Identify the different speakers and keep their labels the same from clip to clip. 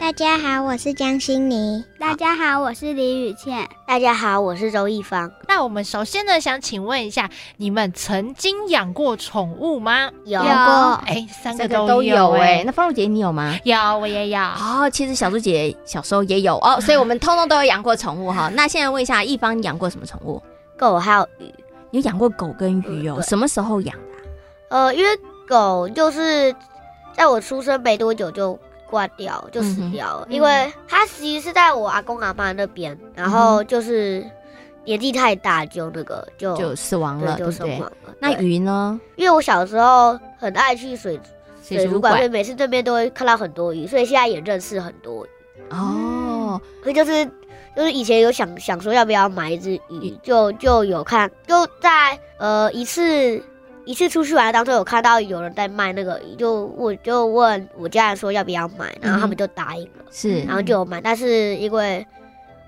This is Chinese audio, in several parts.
Speaker 1: 大家好，我是江心妮。
Speaker 2: 大家好，我是李雨倩。
Speaker 3: 大家好，我是周一芳。
Speaker 4: 那我们首先呢，想请问一下，你们曾经养过宠物吗？
Speaker 3: 有
Speaker 2: 有过
Speaker 4: 哎，三
Speaker 5: 这
Speaker 4: 个
Speaker 5: 个都有
Speaker 4: 哎、
Speaker 5: 哎。那芳如姐你有吗？
Speaker 4: 有，我也有。
Speaker 5: 哦，其实小猪姐小时候也有哦，所以我们通通都有养过宠物哈。那现在问一下，一芳你养过什么宠物？
Speaker 3: 狗还有鱼。
Speaker 5: 有养过狗跟鱼哦？
Speaker 3: 对
Speaker 5: 什么时候养的啊？
Speaker 3: 呃，因为狗就是在我出生没多久就挂掉，就死掉
Speaker 6: 嗯
Speaker 3: 了，因为它其实是在我阿公阿妈那边，然
Speaker 6: 嗯
Speaker 3: 后就是年纪太大就那个就
Speaker 5: 就死亡
Speaker 3: 对
Speaker 5: 了，对
Speaker 3: 就
Speaker 5: 不
Speaker 3: 身亡
Speaker 5: 对？
Speaker 3: 了。
Speaker 5: 那
Speaker 3: 对
Speaker 5: 鱼呢？
Speaker 3: 因为我小时候很爱去水水族馆，所以
Speaker 5: 馆
Speaker 3: 每次这边都会看到很多鱼，所以现在也认识很多鱼。
Speaker 5: 哦，
Speaker 3: 所以就是就是以前有想想说要不要买一只鱼，就就有看，就在呃一次一次出去玩当中有看到有人在卖那个鱼，就我就问我家人说要不要买，然后他们就答应了，
Speaker 5: 是
Speaker 3: 然后就有买，但是因为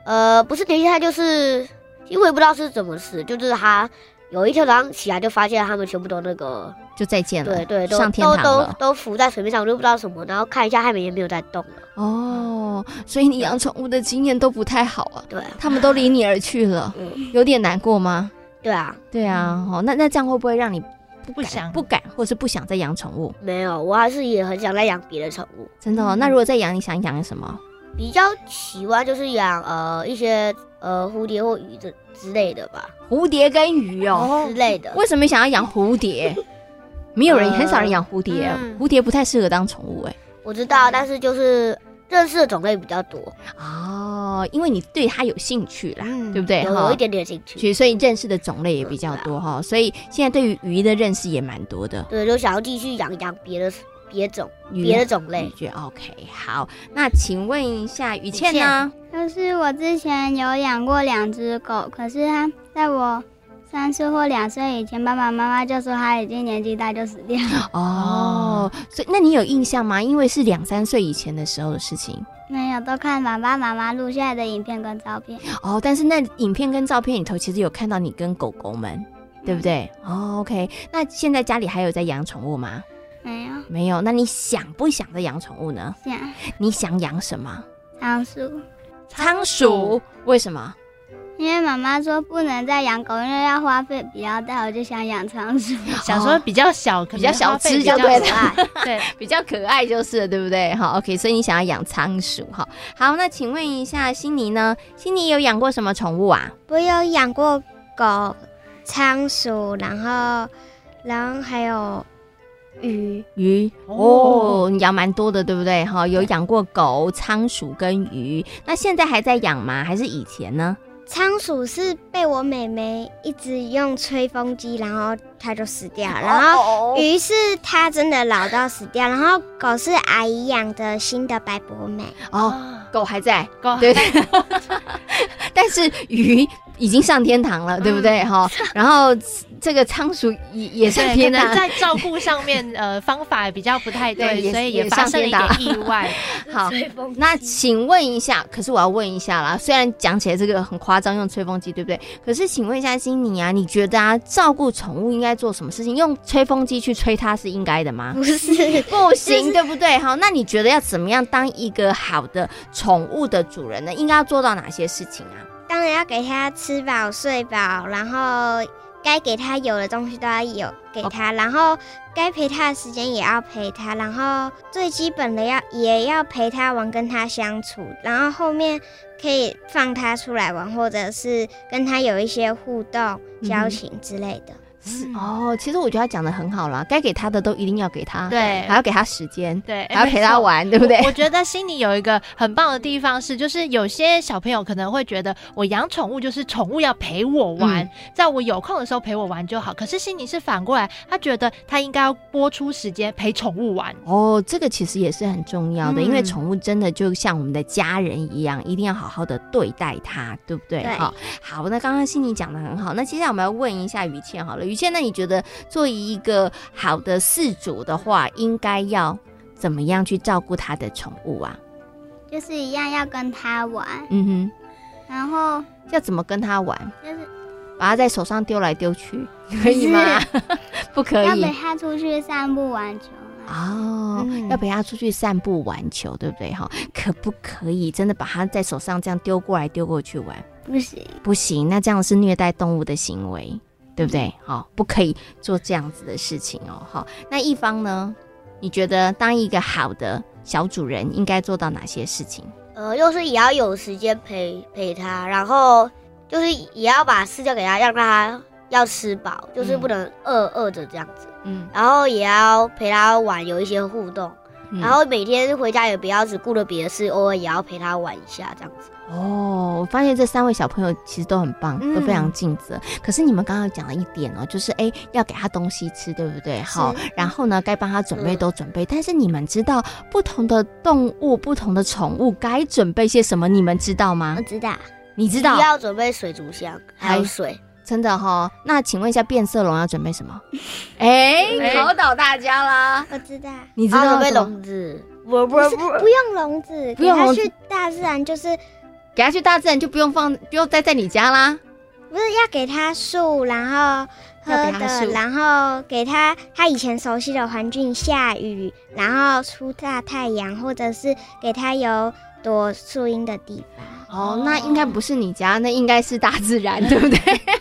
Speaker 3: 呃不是联系他，就是因为我也不知道是怎么死，就是他。有一天早上起来就发现他们全部都那个，
Speaker 5: 就再见了，
Speaker 3: 对对，都
Speaker 5: 上天
Speaker 3: 都
Speaker 5: 堂
Speaker 3: 都
Speaker 5: 了。
Speaker 3: 都浮在水面上，我就不知道什么。然后看一下，他们也没有在动了。
Speaker 5: 哦，所以你养宠物的经验都不太好啊，
Speaker 3: 对啊，
Speaker 5: 他们都离你而去 了，
Speaker 3: 嗯，
Speaker 5: 有点难过吗？
Speaker 3: 对啊，
Speaker 5: 对啊，哦，那那这样会不会让你
Speaker 4: 不
Speaker 5: 敢
Speaker 4: 想
Speaker 5: 不敢，或是不想再养宠物？
Speaker 3: 没有，我还是也很想再养别的宠物，
Speaker 5: 真的哦，那如果再养，你想养什么？
Speaker 3: 比较喜欢就是养呃一些呃蝴蝶或鱼的之类的吧，
Speaker 5: 蝴蝶跟鱼哦，
Speaker 3: 之类的。
Speaker 5: 为什么想要养 蝴蝶？没有人，很少人养蝴蝶，
Speaker 4: 嗯
Speaker 5: 蝴蝶不太适合当宠物哎。
Speaker 3: 我知道，但是就是认识的种类比较多，
Speaker 5: 哦，因为你对它有兴趣啦，
Speaker 4: 嗯
Speaker 5: 对不对？
Speaker 3: 有
Speaker 5: 哈
Speaker 3: 有一点点兴趣，
Speaker 5: 所以所以认识的种类也比较多哈，所以现在对于鱼的认识也蛮多的。
Speaker 3: 对，就想要继续养养别的别种
Speaker 5: 鱼啊
Speaker 3: 别的种类
Speaker 5: 鱼。觉 OK 好，那请问一下于倩呢？
Speaker 2: 就是我之前有养过两只狗，可是它在我三岁或两岁以前，爸爸妈妈就说它已经年纪大就死掉了。
Speaker 5: 哦，所以那你有印象吗？因为是两三岁以前的时候的事情
Speaker 2: 没有，都看爸爸妈妈录下来的影片跟照片。
Speaker 5: 哦，但是那影片跟照片里头其实有看到你跟狗狗们，对不对？哦，OK，那现在家里还有在养宠物吗？
Speaker 2: 没有
Speaker 5: 没有，那你想不想再养宠物呢？
Speaker 2: 像
Speaker 5: 你想养什么？
Speaker 2: 仓鼠，
Speaker 5: 仓鼠？为什么？
Speaker 2: 因为妈妈说不能再养狗，因为要花费比较大，我就想养仓鼠。
Speaker 4: 想说比较小，可
Speaker 5: 哦比较
Speaker 4: 能花
Speaker 5: 小
Speaker 4: 费
Speaker 5: 只
Speaker 4: 比
Speaker 5: 就
Speaker 4: 较
Speaker 5: 对了
Speaker 4: 少 对，
Speaker 5: 比较可爱就是了，对不对？好，OK，所以你想要养仓鼠，好，好，那请问一下悉尼呢？悉尼有养过什么宠物啊？
Speaker 1: 我有养过狗、仓鼠，然后，然后还有鱼。
Speaker 5: 鱼
Speaker 4: 哦
Speaker 5: 哦，你养蛮多的，对不对？哈，有养过狗、仓鼠跟鱼，那现在还在养吗？还是以前呢？
Speaker 1: 仓鼠是被我妹妹一直用吹风机，然后它就死掉了。
Speaker 5: 哦
Speaker 1: 然后
Speaker 5: 后
Speaker 1: 鱼是它真的老到死掉，然后狗是阿姨养的新的白博美。
Speaker 5: 哦，
Speaker 4: 啊
Speaker 5: 狗还在，
Speaker 4: 狗
Speaker 5: 对， 但是鱼已经上天堂了，对不对？哈，然后这个仓鼠也也上
Speaker 4: 对，可
Speaker 5: 天
Speaker 4: 能
Speaker 5: 堂，
Speaker 4: 在照顾上面，呃，方法比较不太
Speaker 5: 对
Speaker 4: 对，
Speaker 5: 也
Speaker 4: 所以
Speaker 5: 也
Speaker 4: 也发
Speaker 5: 上
Speaker 4: 生了一
Speaker 5: 天
Speaker 4: 点
Speaker 5: 堂
Speaker 4: 意 外。
Speaker 5: 嗯好。
Speaker 3: 嗯
Speaker 5: 那请问一下，可是我要问一下啦，虽然讲起来这个很夸张，用吹风机，对不对？可是请问一下，心妮啊，你觉得啊，照顾宠物应该做什么事情？用吹风机去吹它是应该的吗？
Speaker 1: 不是
Speaker 5: 不行，对不对？好，那你觉得要怎么样当一个好的宠物的主人呢？应该要做到哪些事情啊？
Speaker 1: 当然要给它吃饱睡饱，然后该给它有的东西都要有给它，
Speaker 5: 哦
Speaker 1: 然后该陪它的时间也要陪它，然后最基本的要也要陪它玩，跟它相处，然后后面可以放它出来玩，或者是跟它有一些互动、
Speaker 5: 嗯哼
Speaker 1: 交情之类的。
Speaker 4: 是，
Speaker 5: 哦，其实我觉得他讲的很好啦，该给他的都一定要给他，
Speaker 4: 对
Speaker 5: 还要给他时间，
Speaker 4: 对，
Speaker 5: 还要陪他
Speaker 4: 没错
Speaker 5: 玩，对不对
Speaker 4: 我？我觉得心里有一个很棒的地方是，就是有些小朋友可能会觉得，我养宠物就是宠物要陪我玩，
Speaker 5: 嗯
Speaker 4: 在我有空的时候陪我玩就好。可是心里是反过来，他觉得他应该要播出时间陪宠物玩。
Speaker 5: 哦，这个其实也是很重要的，因为
Speaker 4: 嗯
Speaker 5: 宠物真的就像我们的家人一样，一定要好好的对待它，对不对？
Speaker 1: 对
Speaker 5: 好，好，那刚刚心里讲的很好，那接下来我们要问一下于倩好了，于倩，那你觉得作为一个好的饲主的话，应该要怎么样去照顾他的宠物啊？
Speaker 2: 就是一样要跟他玩，
Speaker 5: 嗯
Speaker 2: 然后
Speaker 5: 哼，要怎么跟它玩？
Speaker 2: 就是
Speaker 5: 把它在手上丢来丢去，可以吗？不 可
Speaker 2: 要
Speaker 5: 以
Speaker 2: 陪。他出去散步玩球啊。
Speaker 5: 哦，
Speaker 2: 嗯
Speaker 5: 要陪他出去散步玩球，对不对？哈，可不可以真的把它在手上这样丢过来丢过去玩？
Speaker 2: 不行，
Speaker 5: 不行，那这样是虐待动物的行为，对不对？好、不可以做这样子的事情哦。好、那一方呢？你觉得当一个好的小主人应该做到哪些事情？
Speaker 3: 呃，就是也要有时间陪陪他，然后就是也要把饲料给他，让他要吃饱，就是不能饿饿着这样子。
Speaker 5: 嗯，
Speaker 3: 然后也要陪他玩，有一些互动。
Speaker 5: 嗯
Speaker 3: 然后每天回家也不要只顾着别的事，偶尔也要陪他玩一下这样子。
Speaker 5: 哦，我发现这三位小朋友其实都很棒，
Speaker 4: 嗯
Speaker 5: 都非常尽责。可是你们刚刚讲了一点哦，就是哎，要给他东西吃，对不对？好，然后呢，该帮他准备
Speaker 3: 嗯
Speaker 5: 都准备。但是你们知道不同的动物、不同的宠物该准备些什么，你们知道吗
Speaker 2: 我？知道，
Speaker 5: 你知道
Speaker 3: 呃一定要准备水族箱，还有
Speaker 5: 还
Speaker 3: 水。
Speaker 5: 真的哈、那请问一下，变色龙要准备什么？哎，考倒大家啦！
Speaker 1: 我知道，
Speaker 5: 你知
Speaker 3: 然后
Speaker 5: 道
Speaker 3: 啊准备
Speaker 5: 什么？
Speaker 3: 笼子，不不
Speaker 1: 不是
Speaker 3: 不，
Speaker 1: 不用笼子，
Speaker 5: 不用笼
Speaker 1: 它
Speaker 5: 子
Speaker 1: 去大自然就是
Speaker 5: 给它去大自然就不用放，不用待在你家啦。
Speaker 1: 不是要给它树，然后喝
Speaker 5: 要给它
Speaker 1: 的，
Speaker 5: 树
Speaker 1: 然后给它它以前熟悉的环境，下雨，然后出大太阳，或者是给它有躲树荫的地方。
Speaker 5: 哦，那应该不是你家，那应该是大自然， 对不对？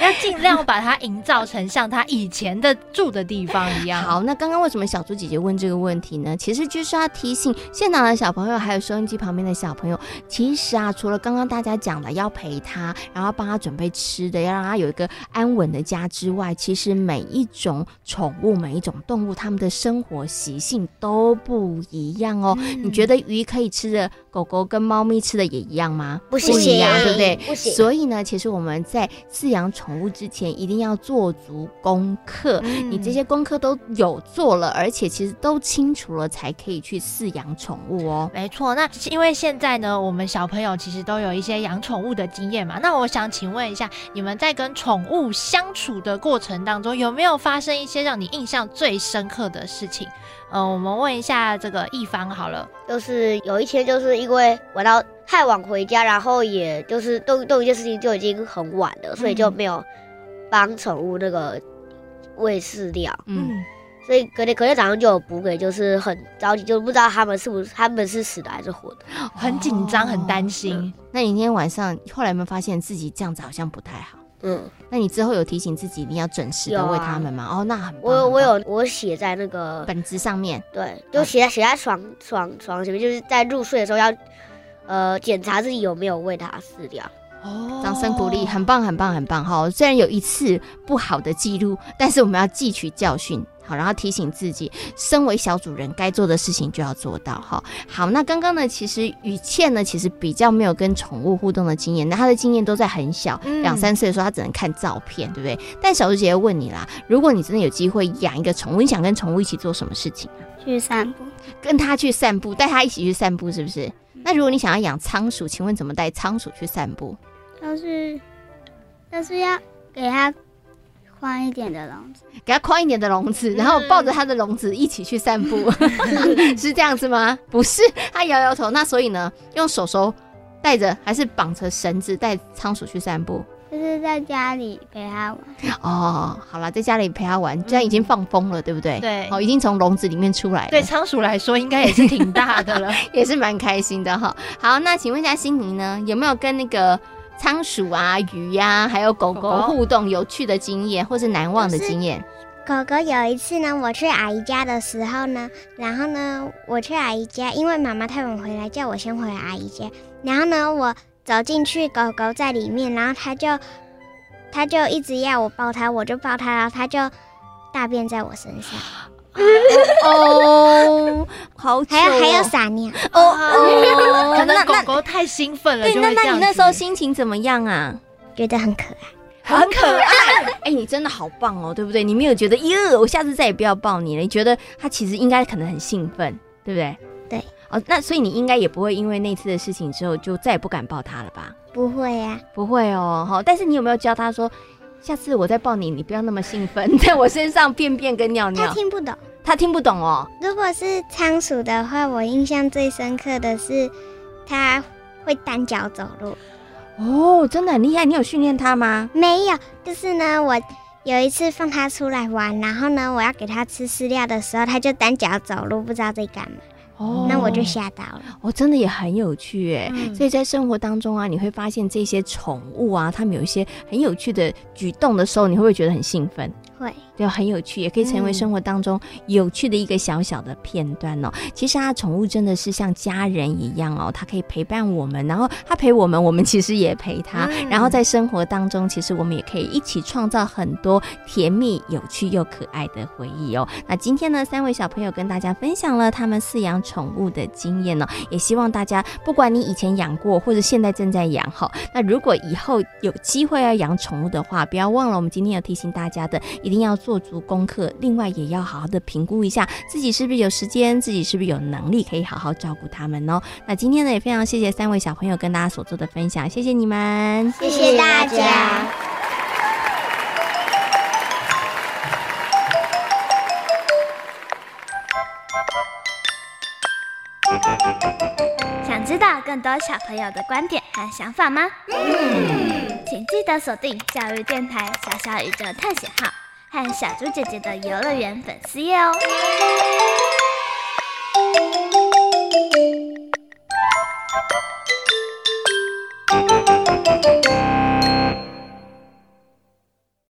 Speaker 4: 要尽量把它营造成像他以前的住的地方一样。
Speaker 5: 好，那刚刚为什么小猪姐姐问这个问题呢？其实就是要提醒现场的小朋友，还有收音机旁边的小朋友，其实啊，除了刚刚大家讲的要陪他，然后帮他准备吃的，要让他有一个安稳的家之外，其实每一种宠物、每一种动物，它们的生活习性都不一样哦。
Speaker 4: 嗯
Speaker 5: 你觉得鱼可以吃的，狗狗跟猫咪吃的也一样吗？
Speaker 3: 不
Speaker 5: 不一样，对不对？
Speaker 3: 不行。
Speaker 5: 所以呢，其实我们在饲养宠物之前，一定要做足功课。
Speaker 4: 嗯
Speaker 5: 你这些功课都有做了，而且其实都清楚了，才可以去饲养宠物哦。
Speaker 4: 没错，那因为现在呢，我们小朋友其实都有一些养宠物的经验嘛。那我想请问一下，你们在跟宠物相处的过程当中，有没有发生一些让你印象最深刻的事情？呃，我们问一下这个一方好了。
Speaker 3: 就是有一天，就是因为玩到太晚回家，然后也就是动动一件事情就已经很晚了，所以就没有帮宠物那个喂饲料，
Speaker 5: 嗯，
Speaker 3: 所以隔天隔天早上就有补给，就是很着急，就不知道他们是不是他们是死的还是活的。
Speaker 4: 很紧张，很担
Speaker 5: 心。
Speaker 4: 心。
Speaker 5: 那你今天晚上后来有没有发现自己这样子好像不太好？
Speaker 3: 嗯，
Speaker 5: 那你之后有提醒自己一定要准时的
Speaker 3: 有啊
Speaker 5: 喂它们吗？哦，那很棒
Speaker 3: 我有
Speaker 5: 很棒
Speaker 3: 我有我写在那个
Speaker 5: 本子上面，
Speaker 3: 对，就写在写在床床床前面，就是在入睡的时候要呃检查自己有没有喂它饲料。
Speaker 4: 哦
Speaker 5: 掌声鼓励，很棒，很棒，很棒哈、虽然有一次不好的记录，但是我们要汲取教训，好，然后提醒自己，身为小主人该做的事情就要做到哈、好，那刚刚呢，其实雨倩呢，其实比较没有跟宠物互动的经验，那她的经验都在很小，
Speaker 4: 嗯
Speaker 5: 两、三岁的时候，她只能看照片，对不对？但小猪姐姐问你啦，如果你真的有机会养一个宠物，你想跟宠物一起做什么事情？
Speaker 2: 去散步，
Speaker 5: 跟它去散步，带它一起去散步，是不是？
Speaker 4: 嗯
Speaker 5: 那如果你想要养仓鼠，请问怎么带仓鼠去散步？
Speaker 2: 就是就是要给他宽一点的笼子，
Speaker 5: 给它宽一点的笼子，然后抱着它的笼子一起去散 步，是这样子吗？不是，它摇摇头。那所以呢，用手手带着，还是绑着绳子带仓鼠去散步？
Speaker 2: 就是在家里陪他玩。
Speaker 5: 哦，好啦，在家里陪它玩，这样已经放风了，对不对？哦
Speaker 4: 对
Speaker 5: 好，已经从笼子里面出来了，
Speaker 4: 对，仓鼠来说，应该也是挺大的了。
Speaker 5: 也是蛮开心的哈。好，那请问一下心妮呢，有没有跟那个仓鼠啊、鱼呀、还有狗
Speaker 4: 狗
Speaker 5: 狗
Speaker 4: 狗
Speaker 5: 互动有趣的经验，或是难忘的经验？
Speaker 1: 狗狗有一次呢，我去阿姨家的时候呢，然后呢，我去阿姨家，因为妈妈太晚回来，叫我先回阿姨家。然后呢，我走进去，狗狗在里面，然后它就它就一直要我抱它，我就抱它，然后它就大便在我身上，
Speaker 5: 哦，好糗
Speaker 1: 还有
Speaker 5: 哦
Speaker 1: 还有撒尿，
Speaker 5: 哦
Speaker 4: 哦，可
Speaker 5: 那
Speaker 4: 能狗
Speaker 5: 那
Speaker 4: 狗太兴奋了，
Speaker 5: 对，
Speaker 4: 就
Speaker 5: 那
Speaker 4: 会这
Speaker 5: 那
Speaker 4: 样
Speaker 5: 你那时候
Speaker 4: 子
Speaker 5: 心情怎么样啊？
Speaker 1: 觉得很可爱。
Speaker 4: 很可爱，
Speaker 5: 哎、你真的好棒哦，对不对？你没有觉得，哟，我下次再也不要抱你了。你觉得他其实应该可能很兴奋，对不对？
Speaker 1: 对。
Speaker 5: 哦，那所以你应该也不会因为那次的事情之后就再也不敢抱他了吧？
Speaker 1: 不会啊呀、
Speaker 5: 不会哦，好。但是你有没有教他说，下次我再抱你，你不要那么兴奋，在我身上便便跟尿
Speaker 1: 它
Speaker 5: 尿？
Speaker 1: 听不懂。
Speaker 5: 他听不懂哦。
Speaker 1: 如果是仓鼠的话，我印象最深刻的是它会单脚走路。
Speaker 5: 哦，真的很厉害，你有训练他吗？
Speaker 1: 没有，就是呢，我有一次放它出来玩，然后呢，我要给它吃饲料的时候，它就单脚走路，不知道在干嘛，
Speaker 5: 哦
Speaker 1: 那我就吓到了。
Speaker 5: 哦，真的也很有趣哎、
Speaker 4: 嗯
Speaker 5: 所以在生活当中啊，你会发现这些宠物啊，它们有一些很有趣的举动的时候，你会不会觉得很兴奋？
Speaker 1: 会，
Speaker 5: 对，啊很有趣，也可以成为
Speaker 4: 嗯
Speaker 5: 生活当中有趣的一个小小的片段哦。其实啊，宠物真的是像家人一样哦，它可以陪伴我们，然后它陪我们，我们其实也陪它。
Speaker 4: 嗯
Speaker 5: 然后在生活当中，其实我们也可以一起创造很多甜蜜、有趣又可爱的回忆哦。那今天呢，三位小朋友跟大家分享了他们饲养宠物的经验哦，也希望大家，不管你以前养过或者现在正在养哈，那如果以后有机会要养宠物的话，不要忘了我们今天有提醒大家的，一定要做足功课，另外也要好好的评估一下自己是不是有时间，自己是不是有能力可以好好照顾它们哦。那今天呢，也非常谢谢三位小朋友跟大家所做的分享，谢谢你们。
Speaker 1: 谢谢大家。
Speaker 2: 想知道更多小朋友的观点和想法吗？请记得锁定教育电台《小小宇宙探险号》和小猪姐姐的游乐园粉丝页哦。